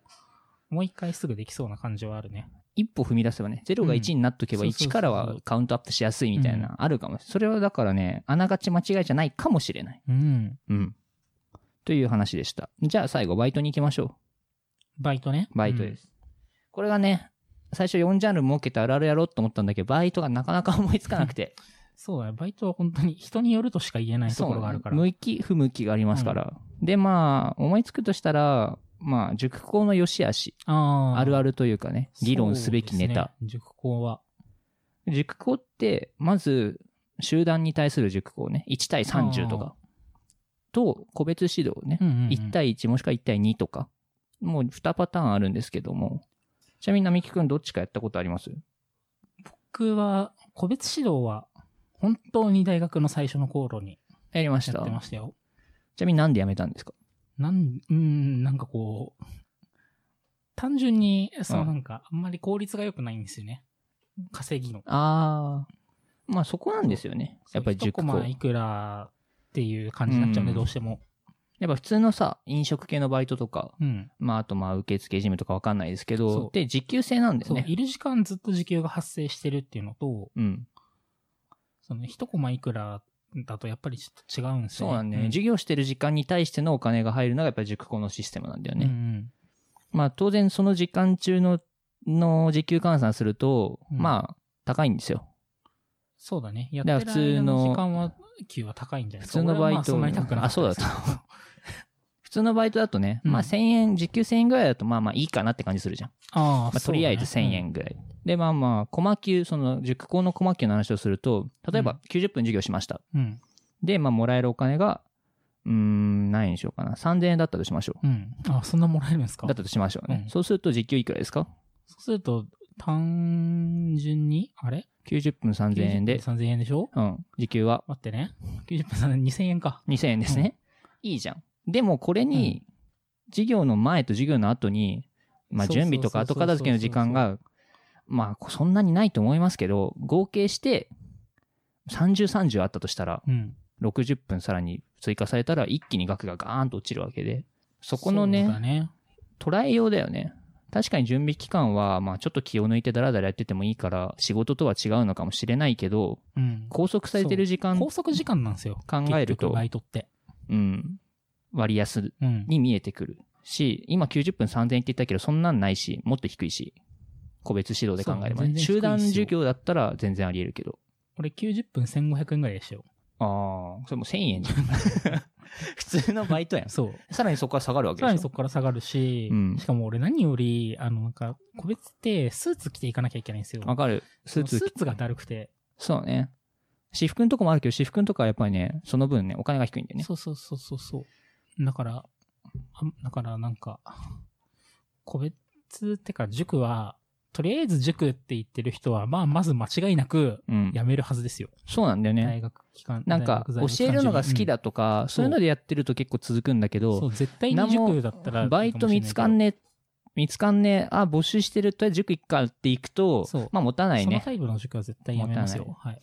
C: もう一回すぐできそうな感じはあるね。
B: 一歩踏み出せばね、0が1になっとけば、
C: うんそうそうそう
B: 1からはカウントアップしやすいみたいな、あるかもしれない。それはだからね、あながち間違いじゃないかもしれない。
C: うん。
B: うん。という話でした。じゃあ最後、バイトに行きましょ
C: バイトね。
B: う。バイトです。これがね、最初4ジャンル設けてあるあるやろうと思ったんだけど、バイトがなかなか思いつかなくて。
C: うんそうだね。バイトは本当に人によるとしか言え ないところがあるから。
B: そうね向き、不向きがありますから。で、まあ、思いつくとしたら、まあ、塾講の良し悪し、
C: あ
B: あるあ
C: る
B: るというかね、議論すべきネタ。。
C: 塾講は。
B: 塾講って、まず、集団に対する塾講ね、1対30とか、と、個別指導ね、
C: うんうんうん
B: 1対1もしくは1対2とか、もう2パターンあるんですけども、ちなみに並木くんどっちかやったことあります
C: 僕は、個別指導は、本当に大学の最初の頃に
B: やりまし
C: や
B: た。
C: ってま
B: ち
C: したよ。
B: なみになんでやめたんですか
C: なん、うん、なんかこう、単純に、その
B: うん
C: なんか、あんまり効率が良くないんですよね。稼ぎの。
B: ああ。まあそこなんですよね。やっぱり
C: そう
B: 塾
C: 一コ
B: 講
C: マ。いくらっていう感じになっちゃうね、
B: うん
C: どうしても。
B: やっぱ普通のさ、飲食系のバイトとか、
C: うん。
B: まああとまあ受付事務とかわかんないですけど
C: そう、
B: で、時給制なんだよ
C: そう、
B: ね。
C: いる時間ずっと時給が発生してるっていうのと、
B: うん。
C: その一コマいくらだとやっぱりちょっと違うんです
B: そ
C: よ
B: うなんだよね。
C: ね。
B: 授業してる時間に対してのお金が入るのがやっぱり塾校のシステムなんだよ
C: うんう
B: ね。
C: ん
B: まあ当然その時間中の、の時給換算すると、
C: うん
B: まあ高いんですよ。
C: そうだね。やっ
B: から
C: てる間の
B: 普通の
C: 時間は、給は高いんじゃない
B: 普通のバイト
C: そんなに高くなかったです
B: あそうだと普通のバイトだとね、
C: うん
B: まあ1000円、時給1000円ぐらいだとまあまあいいかなって感じするじゃん。
C: あ
B: まあ、とりあえず1000。円ぐらい。で、まあまあ、コマ級、その塾校のコマ級の話をすると、例え
C: うん
B: ば90分授業しました。
C: そうだね
B: で、まあ、もらえるお金が、うーん、何円にしようかな。3000円だったとしましょ
C: うん。うん。あ、そんなもらえるんです
B: う。
C: か
B: だったとしましょうね。
C: うん
B: そうすると、時給いくらですか
C: そうすると、単純に、あれ
B: ?90 分3000円で、
C: 3000円でしょ
B: うん、時給は
C: 待ってね。90分3000円、2000円か。
B: 2000円ですね。いいじゃん。でも、これに、授業の前と授業の後に、まあ、
C: そうそう
B: 準備とか後片付けの時間が、まあ、そんなにないと思いますけど、合計して、30、30あったとしたら、
C: うん。
B: 60分さらに追加されたら一気に額がガーンと落ちるわけでそこの
C: そうだ
B: ね
C: ね。
B: 捉えようだよね確かに準備期間はまあちょっと気を抜いてダラダラやっててもいいから仕事とは違うのかもしれないけど
C: うん。
B: 拘束されてる時間
C: 拘束時間なんですよ。
B: 考えると
C: 結局バイトって。
B: うん割安
C: うん。
B: に見えてくるし今90分3000円って言ったけどそんなんないしもっと低いし個別指導で考えれば
C: そ
B: ね
C: う全然低いですよ
B: 集団授業だったら全然ありえるけど
C: 俺90分1500円ぐらいでしたよ。
B: ああそれもう1000円 じゃん普通のバイトやん
C: そう。
B: さらにそこから下がるわけでしょ
C: さらにそこから下がるし、
B: うん
C: しかも俺何より、あの、なんか、個別ってスーツ着ていかなきゃいけないんですよ。
B: わかる。スーツ
C: ス
B: 着
C: ーツがだるくて。
B: そうね。私服のとこもあるけど、私服のとこはやっぱりね、その分ね、お金が低いんだよね。
C: そうそうそうそうそう。だから、あだからなんか、個別ってか塾は、とりあえず塾って言ってる人は、まあ、まず間違いなく
B: うん。
C: 辞めるはずですよ。
B: そうなんだよ
C: 大
B: ね。
C: 学期間。
B: なんか、
C: 大学在学期
B: 教
C: 間
B: えるのが好きだとか、
C: そ
B: そうういうのでやってると結構続くんだけ
C: 中に。うんそ
B: ど、
C: う、絶対に塾だったら。
B: バイト見つかん
C: ね
B: ねえ、見つかんねえ、あ、募集してるとりあえず塾行くかって行くと
C: そう、
B: まあ持たない
C: その
B: ね。
C: タイプの塾は絶対辞めますよ
B: 持。
C: はい。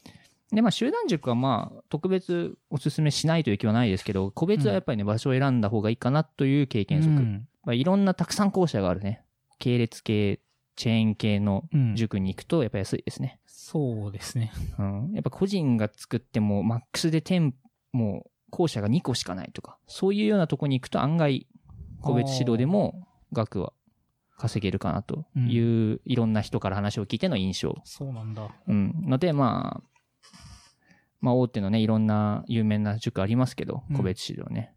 B: で、まあ集団塾はまあ、特別おすすめしないという気はないですけど、個別はやっぱりね、場所を選んだ方がいいかなという経験則。
C: うん
B: まあいろんなたくさん校舎があるね。系列系、チェーン系の
C: うん。
B: 塾に行くとやっぱ安いですね。
C: そうですね。
B: うん、やっぱ個人が作ってもマックスで店もう校舎が2個しかないとかそういうようなとこに行くと案外個別指導でも額は稼げるかなという、いろんな人から話を聞いての印象、
C: そうなんだ。
B: うん、のでまあまあ大手のねいろんな有名な塾ありますけど
C: うん
B: 個別指導ね、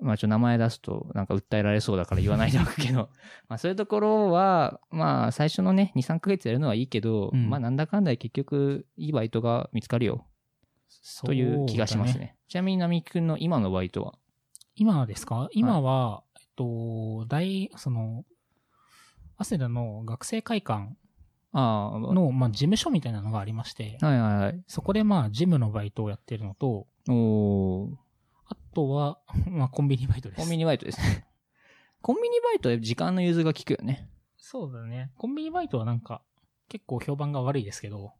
B: まあちょっと名前出すとなんか訴えられそうだから言わないでおくけど まあそういうところはまあ最初のね23ヶ月やるのはいいけど、
C: うん
B: まあなんだかんだで結局いいバイトが見つかるよという気がします
C: そう
B: ね
C: だ。
B: ちなみに、並木くんの今のバイトは
C: 今ですか今は、えっと、大、その、早稲田の学生会館
B: ああ、は
C: の、まあ、事務所みたいなのがありまして、
B: いはいはい。
C: そこでまあ、事務のバイトをやってるのと、
B: おお。
C: あとは、 まあ、コンビニバイトです。
B: コンビニバイトですね。 コンビニバイトは時間の融通が効くよね。
C: そうだね。コンビニバイトはなんか、結構評判が悪いですけど、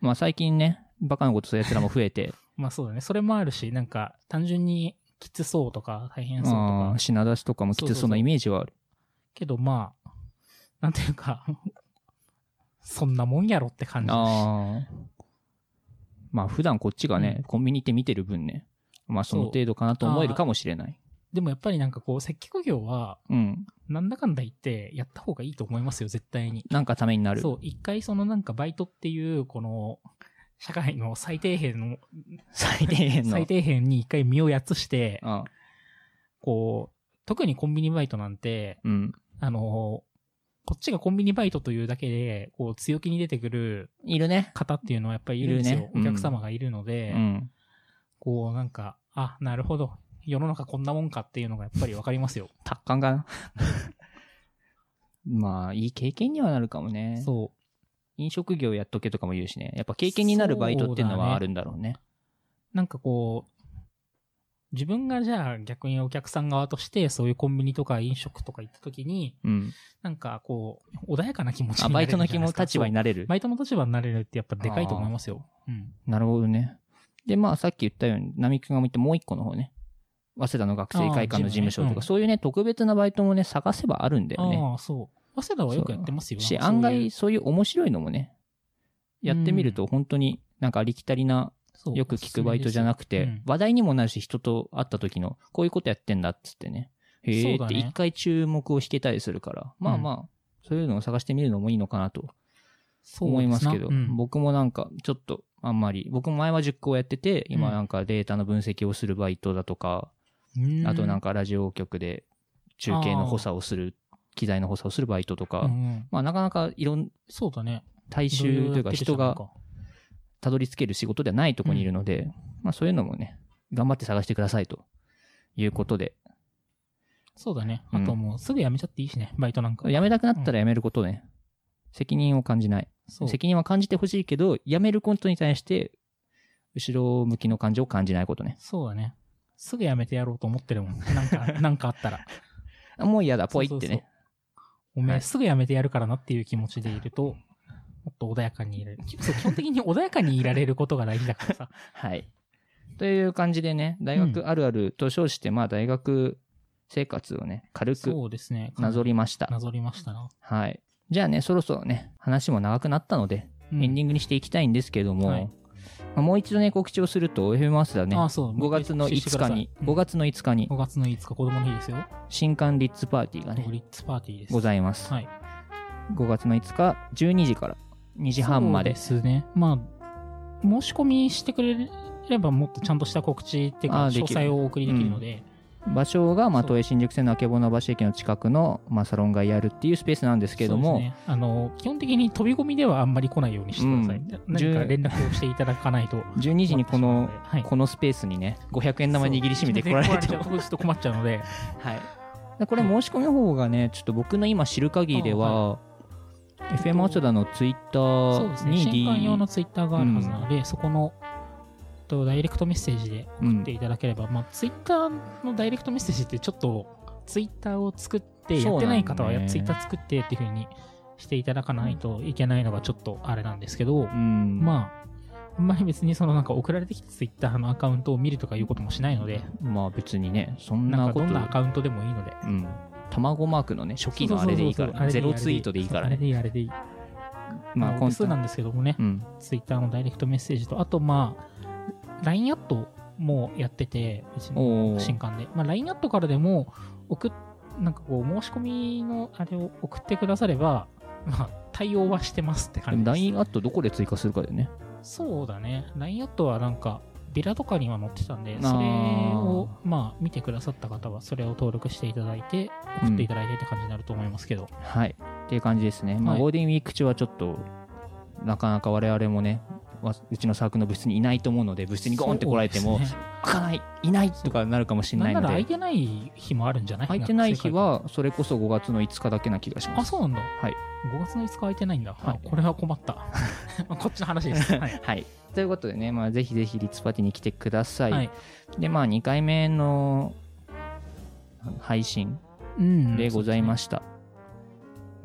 B: まあ最近ね、バカなことする奴らも増えて、
C: まあそうだね。それもあるし、なんか、単純にきつそうとか、大変そうと
B: あ
C: か
B: ー、品出しとかもきつそうなイメージはある。
C: けどまあ、なんていうか、 そんなもんやろって感じだし
B: ああ。まあ普段こっちがね、コンビニ行って見てる分ね、まあその程度かなと思えるかもしれない。
C: でもやっぱりなんかこう、接客業は、
B: うん。
C: なんだかんだ言って、やった方がいいと思いますよ、絶対に。
B: なんかためになる。
C: そう、一回そのなんかバイトっていう、この、社会の最底辺の、
B: 最低限の。
C: 最底辺に一回身をやつして、
B: あ
C: こう、特にコンビニバイトなんて、
B: うん。
C: あの、こっちがコンビニバイトというだけで、こう、強気に出てくる
B: いるね。
C: 方っていうのはやっぱりいるんです
B: い
C: よ。
B: るねうん
C: お客様がいるの
B: う
C: で、
B: ん。
C: こうなんか、あ、なるほど。世の中こんなもんかっていうのがやっぱりわかりますよ。
B: 達観かな。 まあ、いい経験にはなるかもね。
C: そ
B: 飲食業やっとけとかも言うしね。やっぱ経験になるバイトっていうの
C: そうだ
B: は
C: ね
B: あるんだろうね。
C: う。なんかこう、自分がじゃあ逆にお客さん側としてそういうコンビニとか飲食とか行った時に、
B: うん。
C: なんかこう、穏やかな気持ち
B: あ、
C: にな
B: バ
C: れ
B: イ
C: るじ
B: ト
C: ゃ
B: の
C: ないです
B: 気
C: か。
B: も立場に
C: な
B: なれる。
C: バイトの立場になれるってやっぱでかいと思いますよ。うん。
B: なるほどね。で、まあさっき言ったように、並木君が言ったもう一個の方ね。早稲田の学生会館の事務所
C: あ
B: と
C: ー
B: か、
C: 事務ねうん
B: そういうね、特別なバイトもね、探せばあるんだよね。
C: ああ、そう。早稲田はよくやってますよ。
B: し、
C: なん
B: 案
C: かそうい
B: 外、
C: う
B: そういう面白いのもね、やってみると、本当になんかありきたりな、
C: そう
B: よく聞くバイトじゃなく
C: おすすめ
B: て
C: です、
B: 話題にもなるし、人と会った時の、こういうことやってんだっつってね。へ
C: そ
B: え
C: う
B: っ
C: だ
B: て
C: ね
B: 一回注目を引けたりするから、まあまあ、そういうのを探してみるのもいいのかなと
C: そう
B: 思いますけ
C: で
B: ど、
C: なうん
B: 僕もなんかちょっとあんまり、僕も前は塾講やってて、今なんかデータの分析をするバイトだとか、あとなん
C: か、
B: かラジオ局で中継の補佐をする、機材の補佐をするバイトとか、
C: うんうん
B: まあなかなかいろん、
C: そうだね。
B: 大衆というか人がたどり着ける仕事ではないとこにいるので、まあそういうのもね、頑張って探してくださいということで、
C: そうだね。
B: う
C: あ
B: ん
C: ともうすぐ辞めちゃっていいしね、バイトなんか。
B: 辞めたくなったら辞めることね、責任を感じない。
C: そう。
B: 責任は感じてほしいけど、辞めることに対して、後ろ向きの感情を感じないことね。
C: そうだね。すぐ辞めてやろうと思ってるもん。なんか、なんかあったら。
B: あもう嫌だ、ポイってね。
C: そうそうそう。おめ
B: は
C: え
B: い
C: すぐ辞めてやるからなっていう気持ちでいると、もっと穏やかにいられる。そう、基本的に穏やかにいられることが大事だか らさ。
B: はい。という感じでね、大
C: う
B: 学あるあると称して、まあ大学生活をね、軽く
C: そうですね。
B: なぞりました。
C: なぞりましたな。
B: はい。じゃあね、そろそろね、話も長くなったので、エンデ
C: ィン
B: ィングにしていきたいんですけども、
C: はい
B: まあもう一度ね、告知をすると、FM マウスだね、
C: あ、そう。
B: 5月の
C: 告知して
B: 5
C: くだ
B: 日
C: さい
B: に、
C: うん
B: 5月の5日に
C: 5、月の5日、子供の日ですよ。
B: 新刊リッツパーティーが
C: グ
B: ね、
C: リッツパーティーです。
B: ございます。
C: はい。
B: 5月の5日、12時から2時半まで。
C: そうですね。まあ、申し込みしてくれればもっとちゃんとした告知っていうか、
B: あーで
C: 詳
B: きる
C: 細をお送りできるので、
B: 場所が、まあ、
C: そう
B: 東映新宿線の曙橋駅の近くの、まあ、サロン街やるっていうスペースなんですけれども、
C: そうですねあの、基本的に飛び込みではあんまり来ないようにしてください。
B: うん
C: 何か連絡をしていただかないと。
B: 12時にこの、
C: はい
B: このスペースにね、500円玉握りしめて来られても、
C: そうちょっと困っちゃうので、
B: はい。でこれ申し込みの方がね、ちょっと僕の今知る限りでは、FM アチョダのツイッタ
C: そうです
B: ー
C: ね。
B: に
C: 新刊用の
B: D、
C: ツイッターがあるはずなので、そこの、えっとダイレクトメッセージで
B: う
C: 送っ
B: ん
C: て、いただければ、まあ、ツイッターのダイレクトメッセージってちょっと、ツイッターを作って、
B: そう
C: や
B: な
C: っ
B: ん
C: て
B: だよね
C: ない方は、ツイッター作ってっていうふうにしていただかないといけないのがちょっとあれなんですけど、
B: うん、ま
C: まあ、あんまり別にそのなんか送られてきたツイッターのアカウントを見るとかいうこともしないので、
B: あ、別にね、そん
C: な
B: な
C: んか
B: こ
C: ど
B: と、
C: んなアカウントでもいいので。
B: うん。卵マークのね、初期のあれでいいから、
C: そうそうそうそうあれで
B: ゼ
C: いい
B: ロツイートでいいから
C: あれ
B: ね。
C: でいい、あれでいい。
B: まあ、
C: 本
B: 今
C: 数なんですけどもね、
B: うん。
C: ツイッターのダイレクトメッセージと、あとまあ、LINE アットもやってて、うちの
B: おー
C: 新刊で。まあ、LINE アットからでも、送っ、なんかこう、申し込みのあれを送ってくだされば、まあ、対応はしてますって
B: で
C: 感
B: も
C: じです。
B: LINE アットどこで追加するかだよね。
C: そうだね。LINE アットはなんか、ビラとかには載ってたんで、
B: あー
C: それを、まあ、見てくださった方は、それを登録していただいて、送っていただいてって感じになると思いますけど。
B: はい。っていう感じですね。まあ、
C: はい
B: ゴールデンウィーク中はちょっと、なかなか我々もね、わうちのサークルの部室にいないと思うので、部室にゴーンって来られても、
C: そうですね
B: 開かない、いないとかなるかもしれ
C: な
B: なんい
C: な
B: の
C: ら空い
B: で、
C: てない日もあるんじゃない
B: 空いてない日、は、それこそ5月の5日だけな気がします。
C: あ、そうなんだ。
B: はい。
C: 5月の5日空いてないんだ。
B: はい
C: あこれは困った。 まあこっちの話です。はい。
B: はい。ということでね、まあ、ぜひぜひリッツパーティーに来てください。
C: はい
B: で、まあ、2回目の配信
C: うん
B: でございました。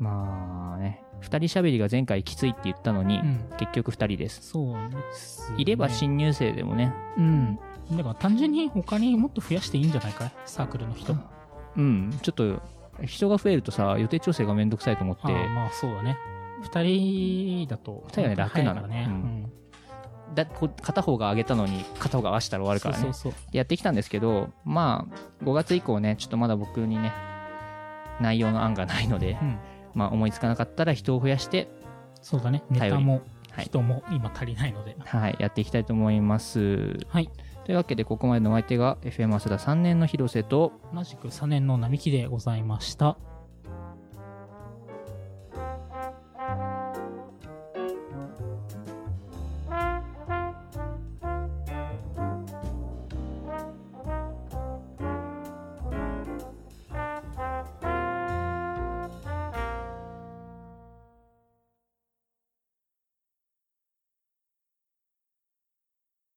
B: まあね、2人喋りが前回きついって言ったのに、
C: うん
B: 結局2人です。
C: そうですね
B: いれば新入生でもね、
C: うん。だから単純に他にもっと増やしていいんじゃないかいサークルの人。あ
B: うん、ちょっと人が増えるとさ、予定調整がめんどくさいと思って、
C: あまあそうだね。二人だと。
B: 二人はね楽なの
C: 早いからね。
B: うんだこ片方が上げたのに片方が合わせたら終わ
C: あ
B: るからね
C: そうそうそう。
B: やってきたんですけど、まあ、5月以降ね、ちょっとまだ僕にね、内容の案がないので、
C: うん。
B: まあ、思いつかなかったら人を増やして、
C: そうだね。ネ
B: 頼り
C: タも
B: はい
C: 人も今足りないので。
B: はい、やっていきたいと思います。
C: はい。
B: というわけで、ここまでのお相手が FM 浅田3年の広瀬と、
C: 同じく3年の並木でございました。